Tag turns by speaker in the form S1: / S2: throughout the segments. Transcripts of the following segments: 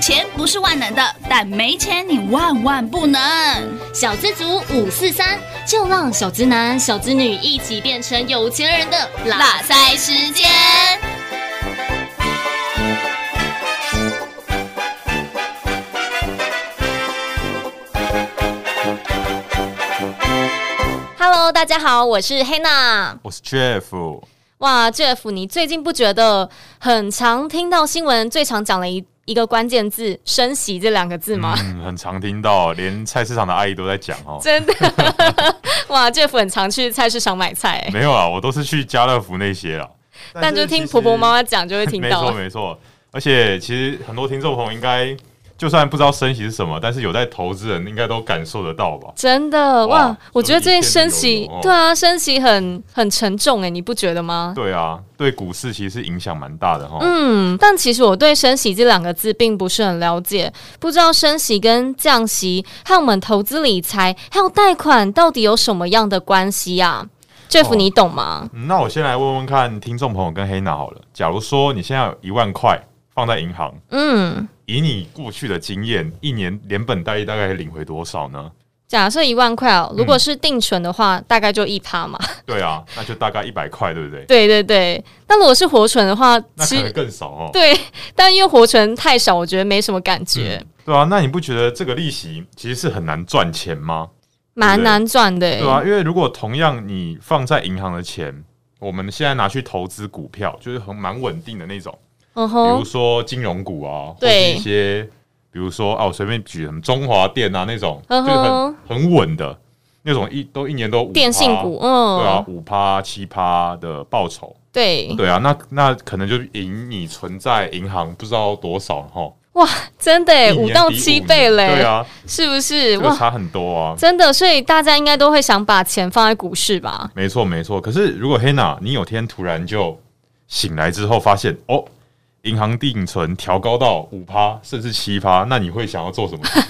S1: 钱不是万能的，但没钱你万万不能。
S2: 小资族五四三，就让小资男、小资女一起变成有钱人的
S1: 拉塞时间，
S2: Hello，大家好，我是黑娜。
S3: 我是 Jeff，
S2: 哇，Jeff，你最近不觉得很常听到新闻最常讲的一一个关键字“升息”这两个字吗？
S3: 嗯，很常听到，连菜市场的阿姨都在讲哦。
S2: 真的， 哇，Jeff 很常去菜市场买菜、 欸
S3: 没有啦，我都是去家乐福那些啦，
S2: 但就
S3: 其实
S2: 听婆婆妈妈讲就会听
S3: 没
S2: 到
S3: 错。没错，而且其实很多听众朋友应该就算不知道升息是什么，但是有在投资人应该都感受得到吧？
S2: 真的
S3: 哇
S2: 哇，我觉得最近升
S3: 有一
S2: 息
S3: 天旅游，哦
S2: 对啊，升息很很沉重哎、你不觉得吗？
S3: 对啊，对股市其实影响蛮大的哈。
S2: 嗯，但其实我对“升息”这两个字并不是很了解，不知道升息跟降息和我们投资理财还有贷款到底有什么样的关系啊？Jeff，、
S3: 哦
S2: 你懂吗？
S3: 嗯那我先来问问看听众朋友跟黑娜好了，假如说你现在有一万块放在银行，
S2: 嗯，
S3: 以你过去的经验，一年连本带利大概可以领回多少呢？
S2: 假设一万块哦，如
S3: 嗯
S2: 果是定存的话，大概就一趴嘛。
S3: 对啊，那就大概一百块，对不对？
S2: 对对对，那如果是活存的话，
S3: 那
S2: 其
S3: 可能
S2: 实
S3: 更少哦。
S2: 对，但因为活存太少，我觉得没什么感觉，
S3: 对啊，那你不觉得这个利息其实是很难赚钱吗？
S2: 蛮
S3: 对
S2: 难赚的、欸。
S3: 对啊，因为如果同样你放在银行的钱，我们现在拿去投资股票，就是很蛮稳定的那种，比
S2: 嗯
S3: 如
S2: 哼，
S3: 说金融股啊，或
S2: 对
S3: 是一些比如说啊，我随便举什么中华电啊那种，就
S2: 嗯
S3: 是
S2: 哼
S3: 很很稳的那种一，都一年都5%
S2: 电信股，。
S3: 对啊
S2: 嗯，，
S3: 五趴七趴的报酬，
S2: 对，
S3: 对啊，那那可能就赢你存在银行不知道多少哈，
S2: 真的、欸，
S3: 一年
S2: 五
S3: 抵
S2: 到七倍嘞、
S3: 对啊，
S2: 是不是？
S3: 这个
S2: 哇，
S3: 差很多啊。
S2: 真的，所以大家应该都会想把钱放在股市吧？
S3: 没错，没错。可是如果 Hannah，你有天突然就醒来之后发现，哦，银行定存调高到五趴甚至七趴，那你会想要做什么 事？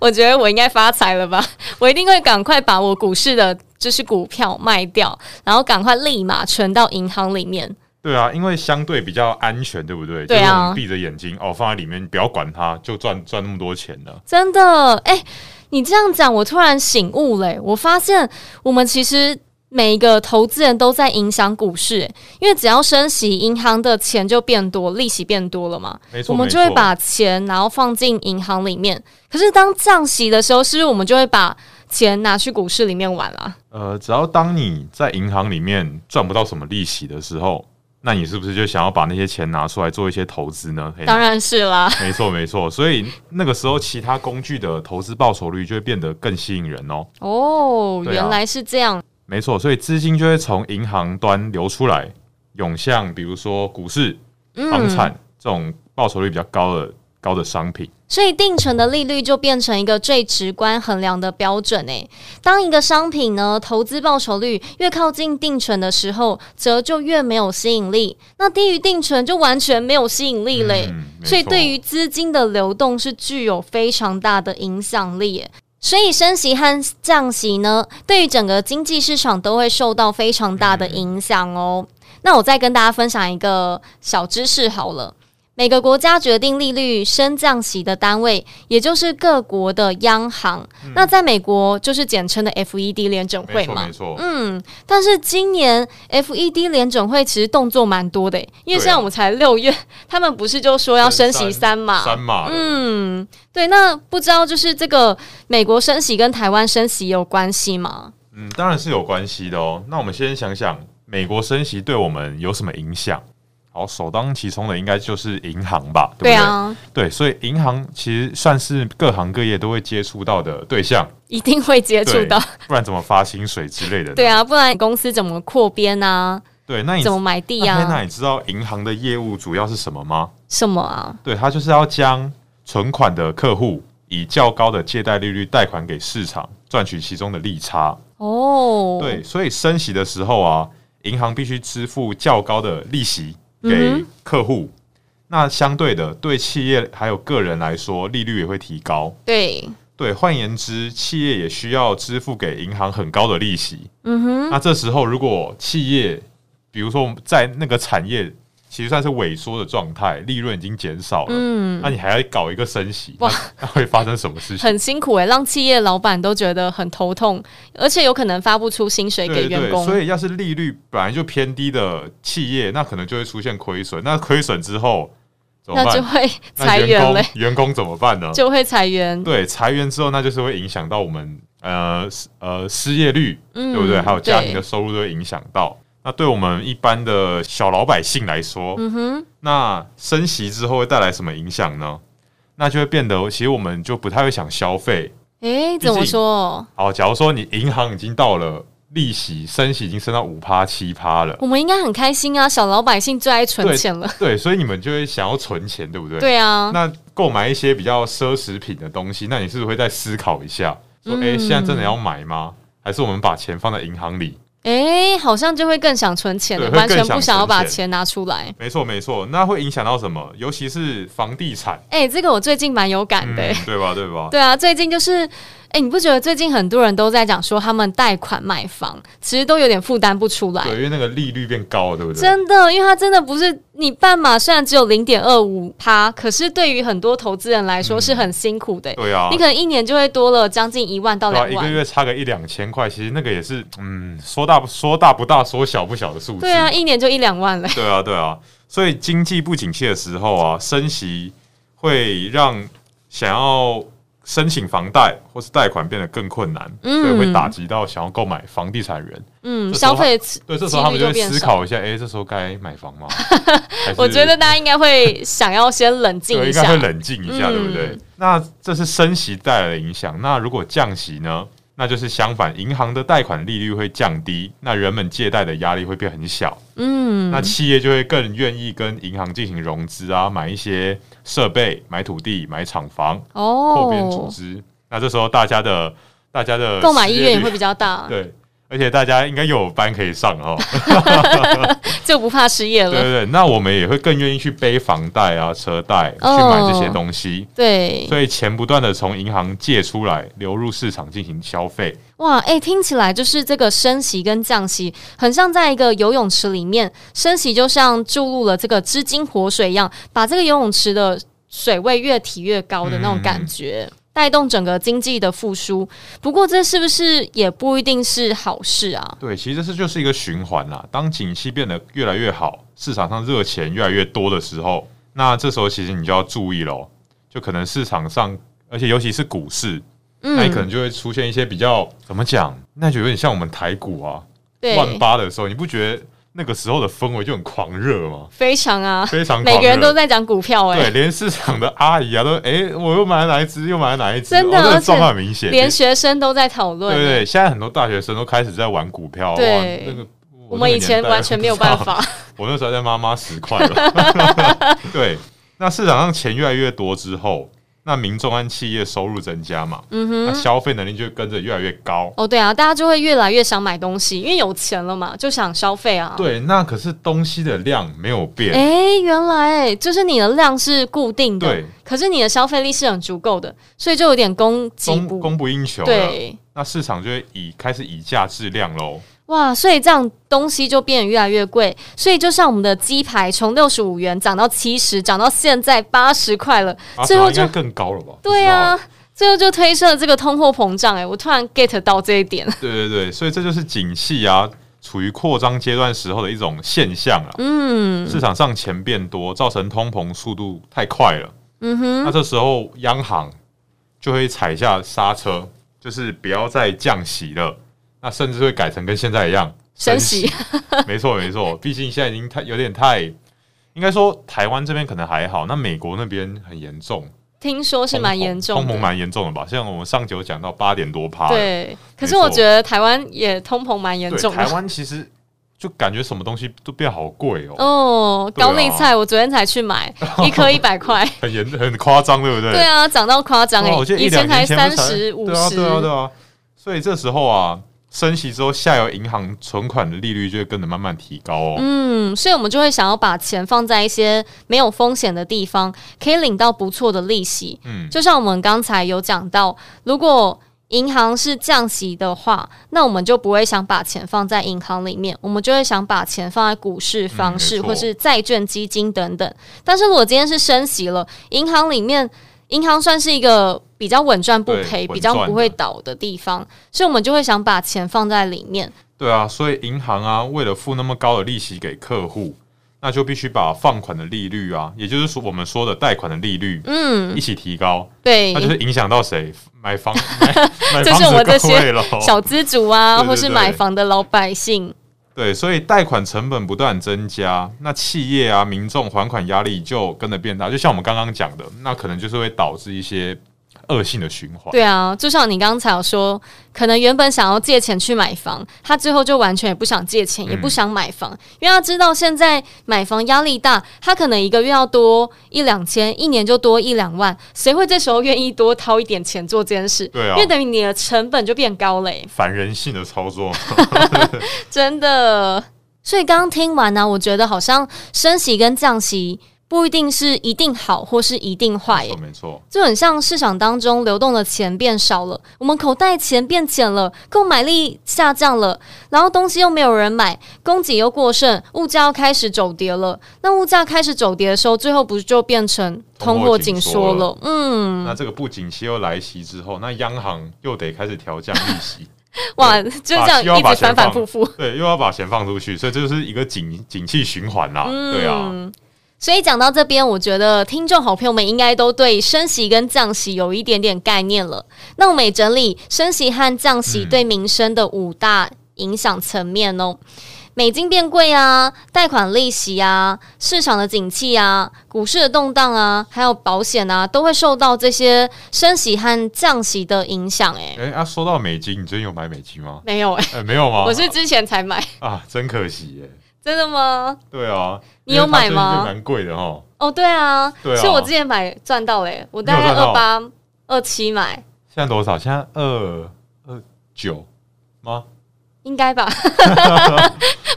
S2: 我觉得我应该发财了吧？ 我一定会赶快把我股市的就是股票卖掉，然后赶快立马存到银行里面。
S3: 对啊，因为相对比较安全，对不对？
S2: 对啊
S3: 就是我们闭着眼睛哦，放在里面，不要管它，就赚赚那么多钱了。
S2: 真的，哎、你这样讲，我突然醒悟嘞、我发现我们其实。每一个投资人都在影响股市、哎因为只要升息，银行的钱就变多，利息变多了嘛。
S3: 没错，
S2: 我们
S3: 没
S2: 就会
S3: 错
S2: 把钱然后放进银行里面。可是当降息的时候，是不是我们就会把钱拿去股市里面玩啊了？
S3: 呃，只要当你在银行里面赚不到什么利息的时候，那你是不是就想要把那些钱拿出来做一些投资呢？Hannah
S2: 当然是啦，
S3: 没错，没错。所以那个时候，其他工具的投资报酬率就会变得更吸引人哦。
S2: 哦，
S3: 对啊
S2: 原来是这样，
S3: 没错，所以资金就会从银行端流出来，涌向比如说股市、
S2: 嗯
S3: 房产、这种报酬率比较高的高的商品。
S2: 所以定存的利率就变成一个最直观衡量的标准诶。当一个商品呢投资报酬率越靠近定存的时候，则就越没有吸引力；那低于定存就完全没有吸引力嘞。
S3: 嗯，没错
S2: 所以对于资金的流动是具有非常大的影响力耶。所以升息和降息呢，对于整个经济市场都会受到非常大的影响哦。那我再跟大家分享一个小知识好了。每个国家决定利率升降息的单位，也就是各国的央行。那在美国就是简称的 FED 联准会
S3: 嗯没错
S2: 嘛
S3: 没。错，
S2: 嗯，但是今年 FED 联准会其实动作蛮多的耶，欸因
S3: 对
S2: 为
S3: 啊
S2: 现在我们才六月，他们不是就说要升息三嘛？
S3: 三码，嗯，
S2: 嗯，对，那不知道就是这个美国升息跟台湾升息有关系吗？
S3: 嗯当然是有关系的哦。那我们先想想，美国升息对我们有什么影响？好，首当其冲的应该就是银行吧，对不对？
S2: 啊，
S3: 对，所以银行其实算是各行各业都会接触到的对象，
S2: 一定会接触
S3: 对啊
S2: 到。，
S3: 不然怎么发薪水之类的呢？
S2: 对啊，不然公司怎么扩编啊？
S3: 对，那你
S2: 怎么买地
S3: 那
S2: 啊？
S3: Hannah，你知道银行的业务主要是什么吗？
S2: 什么啊？
S3: 对，它就是要将存款的客户以较高的借贷利率贷款给市场，赚取其中的利差。
S2: 哦，
S3: 对，，所以升息的时候啊，银行必须支付较高的利息
S2: 嗯
S3: 给客户。那相对的，对企业还有个人来说，利率也会提高。
S2: 对，
S3: 对，换言之，企业也需要支付给银行很高的利息。
S2: 嗯哼，
S3: 那这时候，如果企业，比如说我们在那个产业其实算是萎缩的状态，利润已经减少了，
S2: 嗯
S3: 那你还要搞一个升息，
S2: 哇
S3: 那那会发生什么事情？
S2: 很辛苦诶、欸让企业老板都觉得很头痛，而且有可能发不出薪水给
S3: 对
S2: 员
S3: 对，
S2: 工。啊
S3: 所以要是利率本来就偏低的企业，那可能就会出现亏损。那亏损之后怎么
S2: 那就
S3: 办？
S2: 会
S3: 那
S2: 裁员
S3: 员
S2: 嘞
S3: 工，员工怎么办呢？
S2: 就会裁员，
S3: 对，裁员之后，那就是会影响到我们呃失呃失业率，
S2: 嗯
S3: 对不对？还有家庭的
S2: 对
S3: 收入都会影响到。那对我们一般的小老百姓来说，
S2: 嗯哼，
S3: 那升息之后会带来什么影响呢？那就会变得，其实我们就不太会想消费。
S2: 诶、怎么说？
S3: 好，假如说你银行已经到了利息升息已经升到五趴七趴了，
S2: 我们应该很开心啊，小老百姓最爱存
S3: 对
S2: 钱了。
S3: 对，所以你们就会想要存钱，对不对？
S2: 对啊，
S3: 那购买一些比较奢侈品的东西，那你是不是会再思考一下，说，
S2: 嗯
S3: 哎、现在真的要买吗？还是我们把钱放在银行里？
S2: 诶、好像就会更想存钱了，
S3: 对会
S2: 完
S3: 更
S2: 全
S3: 想
S2: 不想要把
S3: 存钱
S2: 钱拿出来。
S3: 没错，没错，那会影响到什么？尤其是房地产，
S2: 诶、这个我最近蛮有感的、
S3: 嗯，对吧？对 吧？
S2: 对啊，最近就是，哎、你不觉得最近很多人都在讲说他们贷款买房，其实都有点负担不出来
S3: 对，。因为那个利率变高了，对不对？
S2: 真的，因为它真的不是你半马，虽然只有零点二五趴，可是对于很多投资人来
S3: 嗯
S2: 说是很辛苦的、
S3: 对啊
S2: 你，可能一年就会多了将近一万到
S3: 对啊，
S2: 两
S3: 一个
S2: 万。
S3: 月差个一两千块，其实那个也是，嗯，说大不说大不大，说小不小的数字。
S2: 对啊，一年就一两万嘞。
S3: 对啊，对啊，所以经济不景气的时候啊，升息会让想要申请房贷或是贷款变得更困难，
S2: 嗯
S3: 所以会打击到想要购买房地产人。
S2: 嗯，
S3: 这时候
S2: 消
S3: 他
S2: 费几
S3: 对，这时候他
S2: 几率
S3: 们就会
S2: 就变
S3: 思
S2: 少
S3: 考一下，哎，这时候该买房 吗？还是
S2: 我觉得大家应该会想要先冷静
S3: 对，
S2: 一
S3: 应该
S2: 下
S3: 会。冷静一下，
S2: 嗯
S3: 对不对？那这是升息带来的影响。那如果降息呢？那就是相反，银行的贷款利率会降低，那人们借贷的压力会变很小，
S2: 嗯
S3: 那企业就会更愿意跟银行进行融资啊，买一些设备、买土地、买厂房、扩编组
S2: 哦，
S3: 织。那这时候大家的大家的
S2: 购买意
S3: 失
S2: 愿也
S3: 率
S2: 会比较大，
S3: 对，而且大家应该又有班可以上 哦。
S2: 就不怕失业
S3: 对
S2: 了。
S3: 对对，那我们也会更愿意去背房贷啊、车贷去
S2: 哦
S3: 买这些东西。
S2: 对，
S3: 所以钱不断的从银行借出来，流入市场进行消费。
S2: 哇，哎、听起来就是这个升息跟降息，很像在一个游泳池里面，升息就像注入了这个资金活水一样，把这个游泳池的水位越提越高的那种
S3: 嗯
S2: 感觉。带动整个经济的复苏，不过这是不是也不一定是好事啊？
S3: 对，其实这就是一个循环啦。当景气变得越来越好，市场上热钱越来越多的时候，那这时候其实你就要注意喽，就可能市场上，而且尤其是股市，
S2: 嗯
S3: 那你可能就会出现一些比较怎么讲，那就有点像我们台股啊，万
S2: 对，
S3: 八的时候，你不觉得那个时候的氛围就很狂热吗？
S2: 非常啊，
S3: 非常狂热
S2: 每个人都在讲股票、哎
S3: 对，，连市场的阿姨啊都哎、诶我又买了哪一只，又买了哪一只，
S2: 真的
S3: 哦、这
S2: 而
S3: 个
S2: 且
S3: 状况很明显，
S2: 连学生都在讨论。
S3: 对对，现在很多大学生都开始在玩股票。啊
S2: 对
S3: 哇那个
S2: 我们以前 完全没有办。
S3: 我那个年代
S2: 法。
S3: 不知道我那时候还在妈妈十块了。 对，那市场上钱越来越多之后，那民众和企业收入增加嘛，
S2: 嗯
S3: 那
S2: 哼，
S3: 消费能力就跟着越来越高。
S2: 哦对啊，大家就会越来越想买东西，因为有钱了嘛，就想消费啊。。
S3: 对，那可是东西的量没有变。
S2: 哎，原来就是你的量是固定的
S3: 对，
S2: 可是你的消费力是很足够的，所以就有点供给
S3: 供
S2: 不
S3: 供不应求了，
S2: 对。
S3: 那市场就会以开始以价质量喽。
S2: 哇，所以这样东西就变得越来越贵，所以就像我们的鸡排从六十五元涨到七十，涨到现在八十块了，
S3: 啊
S2: 最后
S3: 反而应
S2: 就
S3: 该更高了吧？
S2: 对
S3: 不知道
S2: 啊，最后就推升了这个通货膨胀。哎，我突然 get 到这 一点。
S3: 对对对，所以这就是景气啊，处于扩张阶段时候的一种现象啊。
S2: 嗯
S3: 市场上钱变多，造成通膨速度太快了。
S2: 嗯
S3: 那
S2: 哼，
S3: 这时候央行就会踩下刹车，就是不要再降息了。那甚至会改成跟现在一样
S2: 升
S3: 啊
S2: 息。
S3: 没错没错，毕竟现在已经太有点太，应该说台湾这边可能还好，那美国那边很严重，
S2: 听说是蛮
S3: 通膨
S2: 严重
S3: 通膨
S2: 的。
S3: 蛮严重的吧？像我们上集有讲到八点多趴，
S2: 对，可是
S3: 没错
S2: 我觉得台湾也通膨蛮严
S3: 对，
S2: 重
S3: 台
S2: 的。
S3: 湾其实就感觉什么东西都变好贵哦，
S2: 哦，
S3: 对啊
S2: 高丽菜我昨天才去买，
S3: 啊
S2: 一颗一 百块。
S3: 很严很夸张，对不对？
S2: 对啊，涨到夸张
S3: 哇
S2: 哎
S3: 我记，得
S2: 以
S3: 一两
S2: 才
S3: 年前
S2: 三
S3: 不是
S2: 十
S3: 才
S2: 五
S3: 对啊，
S2: 十。
S3: 对啊，对啊。所以这时候啊，升息之后，下游银行存款的利率就会跟着慢慢提高哦。
S2: 嗯，所以我们就会想要把钱放在一些没有风险的地方，可以领到不错的利息。
S3: 嗯，
S2: 就像我们刚才有讲到，如果银行是降息的话，那我们就不会想把钱放在银行里面，我们就会想把钱放在股市、房市、
S3: 嗯没错
S2: 或是债券、基金等等。但是如果今天是升息了，银行里面银行算是一个比较稳赚不
S3: 对
S2: 赔、
S3: 稳
S2: 比较
S3: 赚
S2: 不
S3: 的
S2: 会倒的地方，所以我们就会想把钱放在里面。
S3: 对啊，所以银行啊，为了付那么高的利息给客户，那就必须把放款的利率啊，也就是说我们说的贷款的利率
S2: 嗯，
S3: 一起提高，
S2: 对
S3: 那，就是影响到谁买 房买买
S2: 就是我
S3: 房子
S2: 们这
S3: 的
S2: 些
S3: 各位了。
S2: 小资族啊，
S3: 哦对对
S2: 或是买房的老百姓，
S3: 对，所以贷款成本不断增加，那企业啊、民众还款压力就跟着变大。就像我们刚刚讲的，那可能就是会导致一些恶性的循环。
S2: 对啊，就像你刚才有说，可能原本想要借钱去买房，他最后就完全也不想借
S3: 嗯
S2: 钱，也不想买房，因为他知道现在买房压力大，他可能一个月要多一两千，一年就多一两万，谁会这时候愿意多掏一点钱做这件事？
S3: 对啊
S2: 因为等于你的成本就变高嘞、
S3: 反人性的操作，
S2: 真的。所以刚刚听完呢、啊我觉得好像升息跟降息不一定是一定好或是一定坏耶、
S3: 没错没错。
S2: 就很像市场当中流动的钱变少了，我们口袋钱变浅了，购买力下降了，然后东西又没有人买，供给又过剩，物价又开始走跌了。那物价开始走跌的时候，最后不就变成通
S3: 通
S2: 货
S3: 货
S2: 紧
S3: 紧
S2: 缩
S3: 缩
S2: 了
S3: 了？
S2: 嗯，
S3: 那这个不景气又来袭之后，那央行又得开始调降利 息，
S2: 哇，就这样
S3: 又要
S2: 一
S3: 把
S2: 直
S3: 钱
S2: 反反
S3: 放
S2: 复复。
S3: 对，又要把钱放出去，所以这就是一个景景气循环啦。对啊，
S2: 嗯，所以讲到这边，我觉得听众好朋友们应该都对升息跟降息有一点点概念了。那我们也整理升息和降息对民生的五大影响层面哦。美金变贵啊，贷款利息啊，市场的景气啊，股市的动荡啊，还有保险啊，都会受到这些升息和降息的影响。哎，
S3: 哎、啊，说到美金，你最近有买美金吗？
S2: 没有哎、
S3: 哎、没有吗？
S2: 我是之前才买，
S3: 啊，真可惜耶、
S2: 真的吗？
S3: 对啊，
S2: 你有
S3: 因
S2: 买吗
S3: 为它最近就蛮贵的哦。
S2: 哦，对啊，
S3: 对啊
S2: 所以我之前买赚到嘞、我大
S3: 你
S2: 概
S3: 有
S2: 二
S3: 赚
S2: 八二七买，
S3: 现在多少？现在二二九吗？
S2: 应该吧。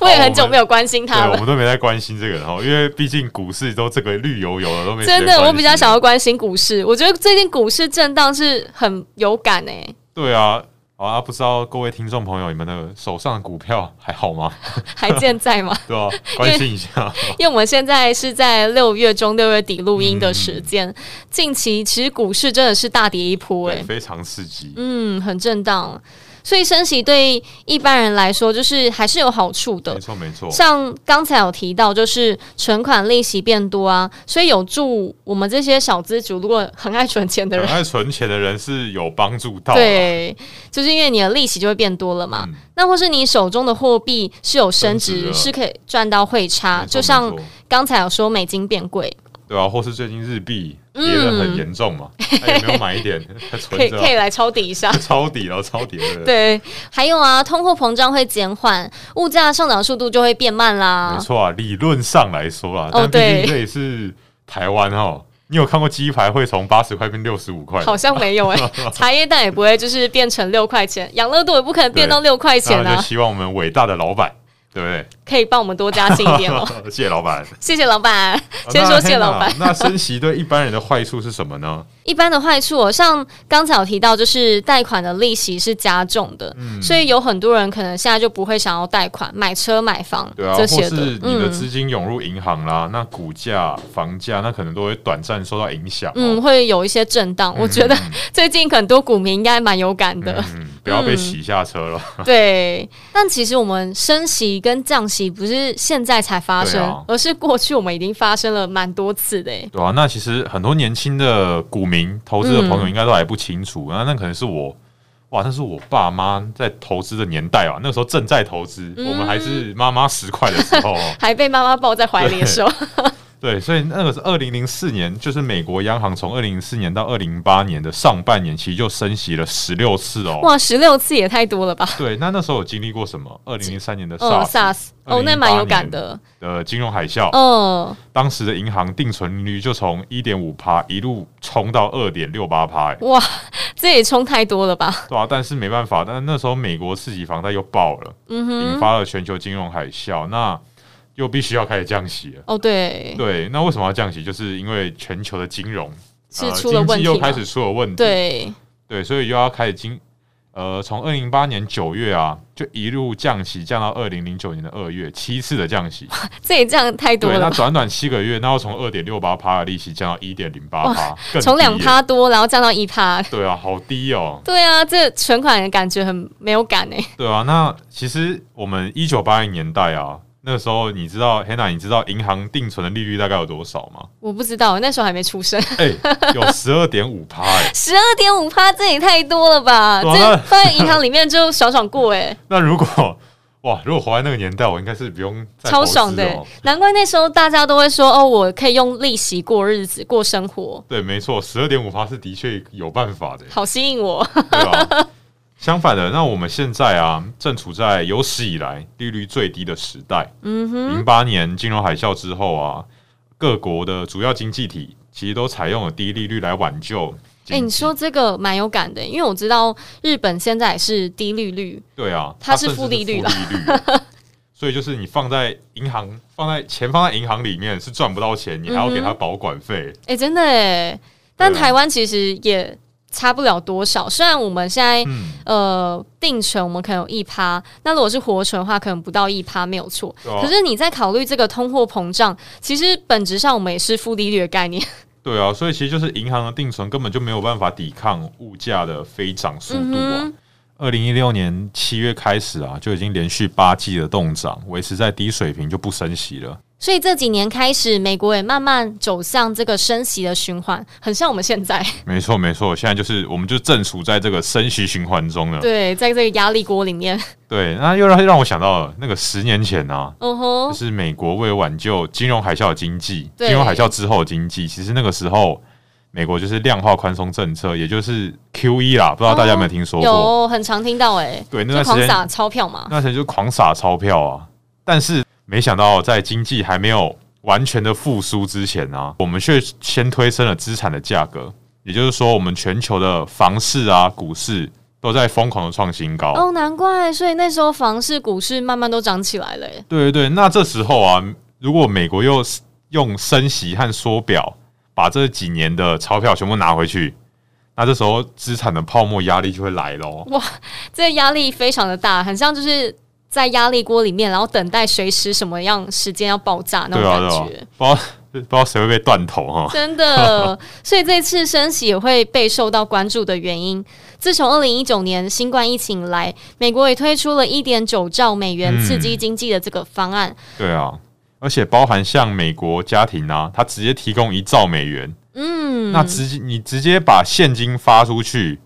S2: 我也很久没有关心
S3: 对
S2: 他，
S3: 我
S2: 了。
S3: 们都没在关心这个，然后因为毕竟股市都这个绿油油的，都没时间
S2: 真的，
S3: 关
S2: 我
S3: 心
S2: 比较想要关心股市。我觉得最近股市震荡是很有感欸诶、
S3: 对啊。好啊，不知道各位听众朋友，你们的手上的股票还好吗？
S2: 还健在吗？
S3: 对啊， 关心一下。
S2: 因为我们现在是在六月中、六月底录音的时间，近期其实股市真的是大跌一波诶、
S3: 对，非常刺激。
S2: 嗯，很震荡。所以升息对一般人来说，就是还是有好处的
S3: 没。错，没错。
S2: 像刚才有提到，就是存款利息变多啊，所以有助我们这些小资族，如果很爱存钱的
S3: 很
S2: 人，
S3: 爱存钱的人是有帮助到。，
S2: 对，就是因为你的利息就会变多了嘛。
S3: 啊嗯
S2: 那或是你手中的货币是有升值，
S3: 升值了
S2: 是可以赚到汇差
S3: 没，错
S2: 啊就像
S3: 没错
S2: 刚才有说美金变贵，
S3: 对啊，或是最近日币跌得很严重嘛，还有没有买一 点还
S2: 可以
S3: 存着
S2: 嗯可以
S3: 啊？。
S2: 来抄底一下
S3: 抄底了，抄底了。，
S2: 对，还有啊，通货膨胀会减缓，物价上涨速度就会变慢啦
S3: 没。错啊，理论上来说啦，
S2: 哦
S3: 但毕
S2: 对
S3: 竟这也是台湾哦。你有看过鸡排会从八十块变六十五块吗？
S2: 好像没有哎、 茶叶蛋也不会就是变成六块钱，养乐多也不可能变到六块钱
S3: 那就
S2: 啊，
S3: 希望我们伟大的老板，对
S2: 可以帮我们多加薪一点哦
S3: 不。对？ 谢谢老板。哦
S2: 谢谢老板， 先说谢谢老板。
S3: 那 Hannah，那升息对一般人的坏处是什么呢？
S2: 一般的坏处、哦，像刚才有提到，就是贷款的利息是加重的，
S3: 嗯
S2: 所以有很多人可能现在就不会想要贷款买车、买房
S3: 对啊，
S2: 这
S3: 或
S2: 些
S3: 是
S2: 的。嗯
S3: 你的资金涌入银行啦，那股价、房价那可能都会短暂受到影响、哦。
S2: 嗯，会有一些震荡。我觉得最近很多股民应该蛮有感的。
S3: 嗯，不要被洗下车了。
S2: 对，但其实我们升息跟降息不是现在才发生，
S3: 对啊
S2: 而是过去我们已经发生了蛮多次的耶。
S3: 对啊，那其实很多年轻的股民、投资的朋友
S2: 嗯
S3: 应该都还不清楚，那、那可能是我，哇，那是我爸妈在投资的年代啊，那个时候正在投资，我们还
S2: 嗯
S3: 是妈妈十块的时候哦，
S2: 还被妈妈抱在怀里的时候，
S3: 对，所以那个是二零零四年，就是美国央行从二零零四年到二零零八年的上半年，其实就升息了十六次哦。
S2: 哇，十六次也太多了吧？
S3: 对，那那时候有经历过什么？二零零三年的
S2: 嗯
S3: SARS、
S2: ，SARS，哦，那蛮有感的。
S3: 呃金融海啸，
S2: 嗯，
S3: 当时的银行定存利率就从一点五趴一路冲到二点六八趴，欸
S2: 哇， 这也充太多了吧？
S3: 对啊，但是没办法，但是那时候美国次级房贷又爆了，
S2: 嗯
S3: 引
S2: 哼，
S3: 发了全球金融海啸，那又必须要开始降息了。
S2: 哦，对，
S3: 对，那为什么要降息？就是因为全球的金融
S2: 是出了
S3: 呃、
S2: 问
S3: 经济
S2: 题
S3: 又
S2: 嘛
S3: 开始出了问题，
S2: 对，
S3: 对所以又要开始经呃，从二零零八年九月啊，就一路降息，降到二零零九年的二月，七次的降 息。
S2: 这也这样太多
S3: 对，
S2: 了
S3: 那
S2: 吧？
S3: 短短七个月，那要从二点六八趴的利息降到一点零八趴，更
S2: 从
S3: 低
S2: 两
S3: 耶。
S2: 趴多，然后降到一趴。
S3: 对啊，好低哦。
S2: 对啊，这存款的感觉很没有感哎、
S3: 对啊，那其实我们一九八零年代啊，那时候你知道 Hannah，你知道银行定存的利率大概有多少吗？
S2: 我不知道，那时候还没出生。
S3: 哎、有十二点五趴哎。
S2: 十二点五趴，这也太多了吧？
S3: 对啊
S2: 这
S3: 那
S2: 放在银行里面就爽爽过哎、
S3: 那如果哇，如果活在那个年代，我应该是不用再
S2: 超
S3: 投资
S2: 爽的欸、
S3: 哦
S2: 难怪那时候大家都会说哦，我可以用利息过日子、过生活，
S3: 对，没错，十二点五趴是的确有办法的，
S2: 好吸引我。
S3: 对吧？ 相反的，那我们现在啊，正处在有史以来利率最低的时代。
S2: 嗯哼，
S3: 零八年金融海啸之后啊，各国的主要经济体其实都采用了低利率来挽救经济。
S2: 哎、你说这个蛮有感的欸、因为我知道日本现在也是低利率，
S3: 对啊，
S2: 它是
S3: 甚至
S2: 负利率吧
S3: 负利 率所以就是你放在银行，放在钱放在银行里面是赚不到钱，你还要给它保管费。
S2: 哎、真的哎、但
S3: 对啊
S2: 台湾其实也差不了多少，虽然我们现在。
S3: 嗯，
S2: 呃，定存我们可能有一趴，那如果是活存的话，可能不到一趴，没有错。
S3: 对啊
S2: 可是你在考虑这个通货膨胀，其实本质上我们也是负利率的概 念。
S3: 对啊，所以其实就是银行的定存根本就没有办法抵抗物价的飞涨速度啊
S2: 嗯。
S3: 二零一六年七月开始啊，就已经连续八季的动涨，维持在低水平就不升息了。
S2: 所以这几年开始，美国也慢慢走向这个升息的循环，很像我们现在
S3: 没错，没错，现在就是我们就正处在这个升息循环中了。
S2: 对，在这个压力锅里面。
S3: 对，那又让让我想到了那个十年前啊，
S2: 哦
S3: 就
S2: 吼，
S3: 是美国为了挽救金融海啸的经济，
S2: 对
S3: 金融海啸之后的经济，其实那个时候美国就是量化宽松政策，也就是 Q E 啦，不知道大家有没有听说过？
S2: 哦有很常听到哎、
S3: 对，那
S2: 就
S3: 段时
S2: 狂
S3: 间
S2: 撒钞票嘛。
S3: 那时就狂撒钞票啊！但是没想到，在经济还没有完全的复苏之前啊，我们却先推升了资产的价格，也就是说，我们全球的房市啊、股市都在疯狂的创新高。
S2: 哦，难怪，所以那时候房市、股市慢慢都涨起来了、欸。
S3: 对对对，那这时候啊，如果美国又用升息和缩表把这几年的钞票全部拿回去，那这时候资产的泡沫压力就会来喽。
S2: 这个压力非常的大，很像就是在压力锅里面，然后等待随时什么样时间要爆炸那
S3: 对
S2: 种
S3: 啊，
S2: 感
S3: 对啊
S2: 觉。，
S3: 不知道不知道谁会被断头哈、
S2: 真的，所以这次升息也会备受到关注的原因。自从二零一九年新冠疫情以来，美国也推出了一点九兆美
S3: 嗯
S2: 元刺激经济的这个方案。
S3: 对啊，而且包含像美国家庭啊，他直接提供一兆美元，
S2: 嗯，
S3: 那直接你直接把现金发出去，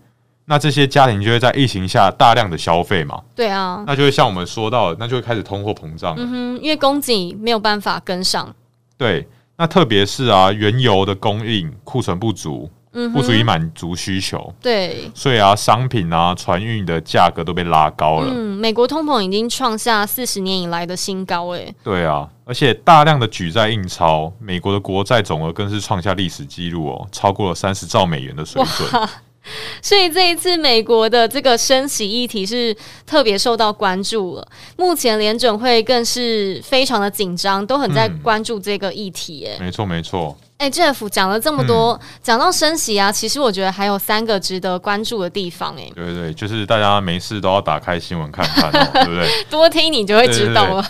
S3: 那这些家庭就会在疫情下大量的消费嘛，
S2: 对啊，
S3: 那就会像我们说到的，那就会开始通货膨胀了。
S2: 嗯哼，因为供给没有办法跟上，
S3: 对，那特别是啊，原油的供应库存不足，
S2: 嗯
S3: 不足以
S2: 哼，
S3: 满足需求，
S2: 对。
S3: 所以啊，商品啊、船运的价格都被拉高了。
S2: 嗯，美国通膨已经创下四十年以来的新高、欸，
S3: 对啊，而且大量的举债印钞，美国的国债总额更是创下历史纪录哦，超过了三十兆美元的水准。
S2: 所以这一次美国的这个升息议题是特别受到关注了。目前联准会更是非常的紧张，都很在
S3: 嗯
S2: 关注这个议题、欸。
S3: 没错，没错，
S2: 哎、j e f f 讲了这么
S3: 嗯
S2: 多，讲、到升息啊，其实我觉得还有三个值得关注的地方、欸，
S3: 对对对，就是大家没事都要打开新闻看看 哦，对不对？
S2: 多听你就会知道啊了。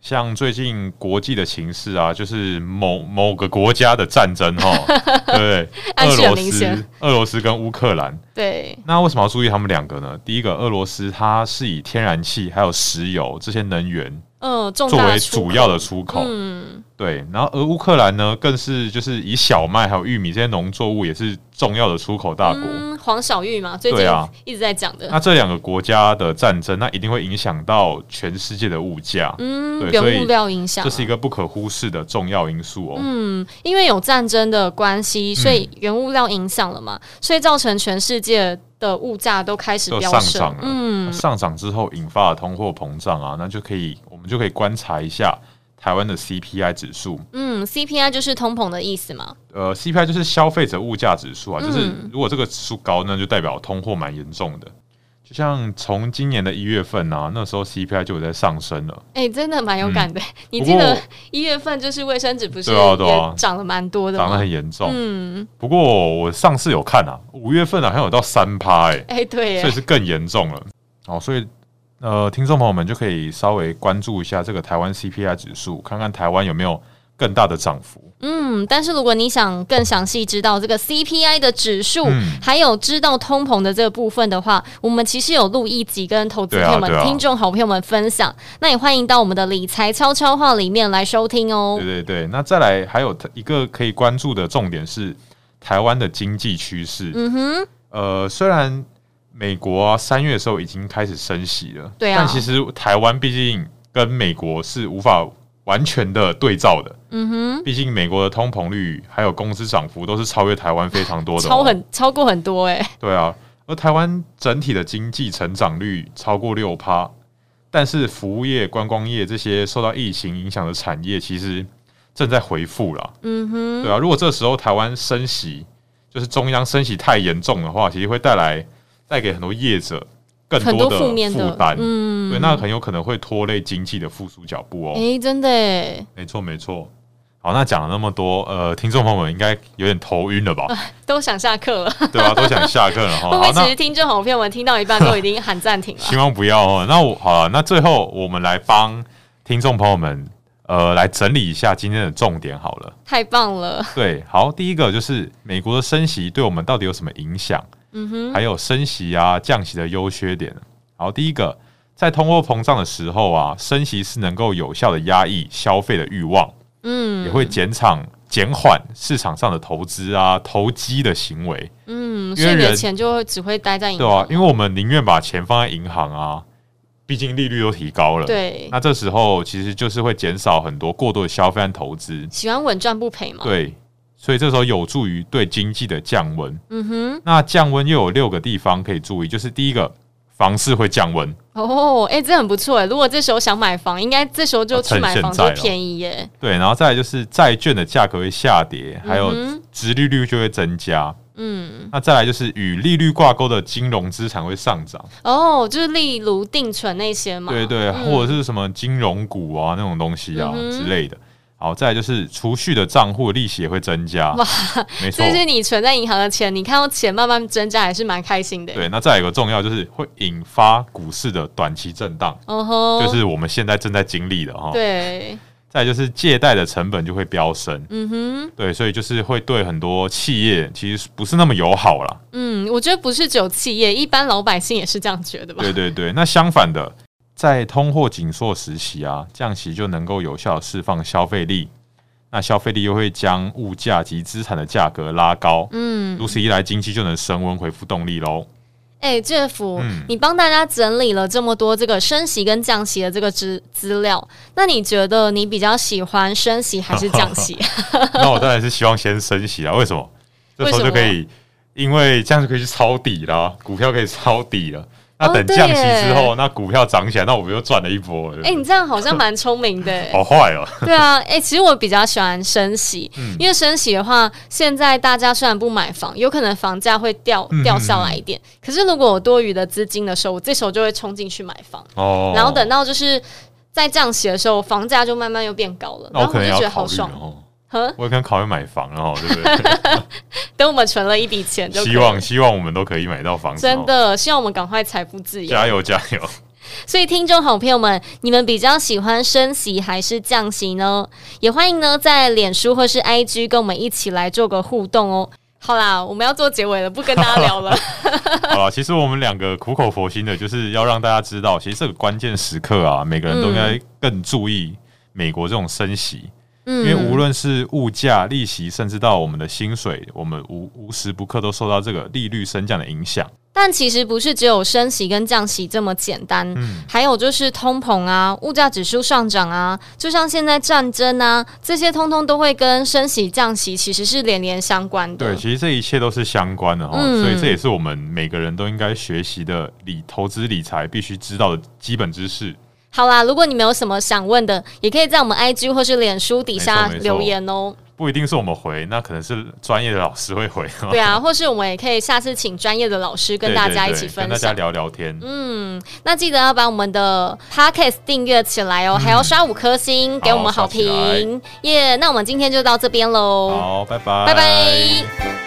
S3: 像最近国际的情势啊，就是某某个国家的战争 哦，对不对？
S2: 暗
S3: 俄
S2: 示很
S3: 罗
S2: 明显
S3: 斯，俄罗斯跟乌克兰，
S2: 对，
S3: 那为什么要注意他们两个呢？第一个，俄罗斯它是以天然气还有石油这些能源
S2: 嗯、重
S3: 作
S2: 大
S3: 为
S2: 出
S3: 主
S2: 口
S3: 要的出口，
S2: 嗯，
S3: 对。然后，而乌克兰呢，更是就是以小麦还有玉米这些农作物也是重要的出口大国。
S2: 嗯，黄小玉嘛，最近
S3: 对啊
S2: 一直在讲的，
S3: 那这两个国家的战争，那一定会影响到全世界的物价，
S2: 嗯，
S3: 对所
S2: 原
S3: 以
S2: 物料影响啊、
S3: 这是一个不可忽视的重要因素哦。
S2: 嗯，因为有战争的关
S3: 嗯
S2: 系，所以原物料影响了嘛，所以造成全世界的物价都开始
S3: 都
S2: 飙
S3: 上
S2: 升
S3: 涨了。
S2: 嗯，
S3: 上涨之后引发了通货膨胀啊，那就可以我们就可以观察一下台湾的 CPI 指数。
S2: 嗯，CPI 就是通膨的意思嘛。
S3: 呃，CPI 就是消费者物价指数啊，
S2: 嗯
S3: 就是如果这个指数高，那就代表通货蛮严重的。就像从今年的一月份啊，那时候 CPI 就有在上升了。
S2: 哎、真的蛮有感的。你
S3: 嗯不
S2: 记
S3: 过
S2: 得一月份就是卫生纸不是
S3: 对啊对啊
S2: 也涨了蛮多的
S3: 涨得
S2: 吗？
S3: 很严重，
S2: 嗯，
S3: 不过我上次有看啊，五月份好像有到三趴哎，
S2: 哎、对
S3: 所以
S2: 耶，
S3: 是更严重了。哦，所以呃，听众朋友们就可以稍微关注一下这个台湾 CPI 指数，看看台湾有没有更大的涨幅。
S2: 嗯，但是如果你想更详细知道这个 CPI 的指数，
S3: 嗯
S2: 还有知道通膨的这个部分的话，我们其实有录一集跟投资朋友们、
S3: 对啊对啊
S2: 听众好朋友们分享，那也欢迎到我们的理财悄悄话里面来收听哦
S3: 对。对对，那再来还有一个可以关注的重点是台湾的经济趋势。
S2: 嗯哼，
S3: 呃，虽然美国啊三月的时候已经开始升息了，
S2: 对啊
S3: 但其实台湾毕竟跟美国是无法完全的对照的。
S2: 嗯哼，
S3: 毕竟美国的通膨率还有工资涨幅都是超越台湾非常多的、哦，
S2: 超很超过很多哎、
S3: 对啊。而台湾整体的经济成长率超过六趴，但是服务业、观光业这些受到疫情影响的产业，其实正在回复啦。
S2: 嗯哼，
S3: 对啊，如果这时候台湾升息，就是中央升息太严重的话，其实会带来带给很多业者更
S2: 很
S3: 多
S2: 多负面
S3: 负
S2: 的
S3: 担，，
S2: 嗯，
S3: 对，那很有可能会拖累经济的复苏脚步哦。
S2: 哎、真的哎，
S3: 没错，没错。好，那讲了那么多，呃，听众朋友们应该有点头晕了吧？
S2: 都想下课了。
S3: 对吧、都想下课了哈。
S2: 会不
S3: 哦好
S2: 会，其
S3: 那
S2: 实听众好朋友们听到一半都已经喊暂停了
S3: 希？望不要哦。那我好了，那最后我们来帮听众朋友们，呃，来整理一下今天的重点好了。
S2: 太棒了，
S3: 对，好，第一个就是美国的升息对我们到底有什么影响？
S2: 嗯哼，
S3: 还有升息啊、降息的优缺点。好，第一个，在通货膨胀的时候啊，升息是能够有效的压抑消费的欲望，也
S2: 嗯
S3: 会减场减缓市场上的投资啊、投机的行为，
S2: 嗯，
S3: 因
S2: 所以
S3: 为
S2: 你的
S3: 人
S2: 钱就会只会待在银
S3: 对啊吧、
S2: 行，
S3: 因为我们宁愿把钱放在银行啊，毕竟利率都提高了。，
S2: 对，
S3: 那这时候其实就是会减少很多过度的消费和投资。
S2: 喜欢稳赚不赔嘛，
S3: 对，所以这时候有助于对经济的降温。
S2: 嗯哼，
S3: 那降温又有六个地方可以注意，就是第一个，房市会降温。
S2: 哦，哎、这很不错哎。如果这时候想买房，应该这时候就去
S3: 趁
S2: 买
S3: 现
S2: 房，
S3: 在
S2: 多
S3: 哦
S2: 便宜耶。
S3: 对，然后再来就是债券的价格会下跌，还有
S2: 嗯哼
S3: 殖利率就会增加。
S2: 嗯，
S3: 那再来就是与利率挂钩的金融资产会上涨，
S2: 哦，就是例如定存那些嘛，
S3: 对对，
S2: 嗯
S3: 或者是什么金融股啊那种东西啊、
S2: 嗯哼
S3: 之类的。好，再来就是储蓄的账户利息也会增加，
S2: 哇
S3: 没错
S2: 这。是你存在银行的钱，你看到钱慢慢增加，还是蛮开心的。
S3: 对，，那再来一个重要就是会引发股市的短期震荡，
S2: 哦吼，
S3: 就是我们现在正在经历的哈。
S2: 对，
S3: 再来就是借贷的成本就会飙升，
S2: 嗯哼，
S3: 对，所以就是会对很多企业其实不是那么友好啦。
S2: 嗯，我觉得不是只有企业，一般老百姓也是这样觉得吧？
S3: 对对对，那相反的，在通货紧缩时期啊，降息就能够有效地释放消费力，那消费力又会将物价及资产的价格拉高，
S2: 嗯，
S3: 如此一来，经济就能升温，恢复动力喽。
S2: 哎、这 Jeff，、
S3: 嗯
S2: 你帮大家整理了这么多这个升息跟降息的这个资资料，那你觉得你比较喜欢升息还是 降息？
S3: 那我当然是希望先升息啊，为什么？这时候就可以，因为这样就可以去抄底啦，股票可以抄底了。那
S2: 哦
S3: 等
S2: 对
S3: 降息之后，
S2: 耶
S3: 那股票涨起来，那我们又赚了一波了。
S2: 哎、你这样好像蛮聪明的、
S3: 好坏哦，
S2: 对啊，哎、其实我比较喜欢升息，
S3: 嗯
S2: 因为升息的话，现在大家虽然不买房，有可能房价会掉
S3: 嗯
S2: 掉下来一点，可是如果有多余的资金的时候，我这时候就会冲进去买房，
S3: 哦，
S2: 然后等到就是在降息的时候，房价就慢慢又变高了，
S3: 那
S2: 然
S3: 我
S2: 后
S3: 可
S2: 我
S3: 能
S2: 就
S3: 也
S2: 觉
S3: 要
S2: 得
S3: 考
S2: 好
S3: 虑
S2: 爽
S3: 了，哦，
S2: 呵，
S3: 我可能考虑买房了哦， 对不对？
S2: 等我们存了一笔钱就可以
S3: 希
S2: 了，
S3: 望希望我们都可以买到房子、哦，
S2: 真的，希望我们赶快财富自由。
S3: 加油加油！
S2: 所以，听众好朋友们，你们比较喜欢升息还是降息呢？也欢迎呢在脸书或是 IG 跟我们一起来做个互动哦。好啦，我们要做结尾了，不跟大家聊 了。
S3: 好了，其实我们两个苦口婆心的，就是要让大家知道，其实这个关键时刻啊，每个人都应
S2: 嗯
S3: 该更注意美国这种升息，因
S2: 嗯
S3: 为无论是物价、利息，甚至到我们的薪水，我们无无时不刻都受到这个利率升降的影响。
S2: 但其实不是只有升息跟降息这么简单，
S3: 嗯
S2: 还有就是通膨啊、物价指数上涨啊，就像现在战争啊，这些通通都会跟升息、降息其实是连连相关的。
S3: 对，其实这一切都是相关的哈，
S2: 嗯
S3: 所以这也是我们每个人都应该学习的理投资理财必须知道的基本知识。
S2: 好啦，如果你们有什么想问的，也可以在我们 IG 或是脸书底下
S3: 没错没错
S2: 留言哦。
S3: 不一定是我们回，那可能是专业的老师会回。哦
S2: 对啊，或是我们也可以下次请专业的老师跟
S3: 对
S2: 大
S3: 对
S2: 家一
S3: 对
S2: 起分
S3: 跟大家
S2: 享。
S3: 聊聊天。
S2: 嗯，那记得要把我们的 podcast 订阅起来哦，还要刷五颗星给我们
S3: 好
S2: 好
S3: 刷起来
S2: 评耶。那我们今天就到这边喽，
S3: 好，拜拜，
S2: 拜拜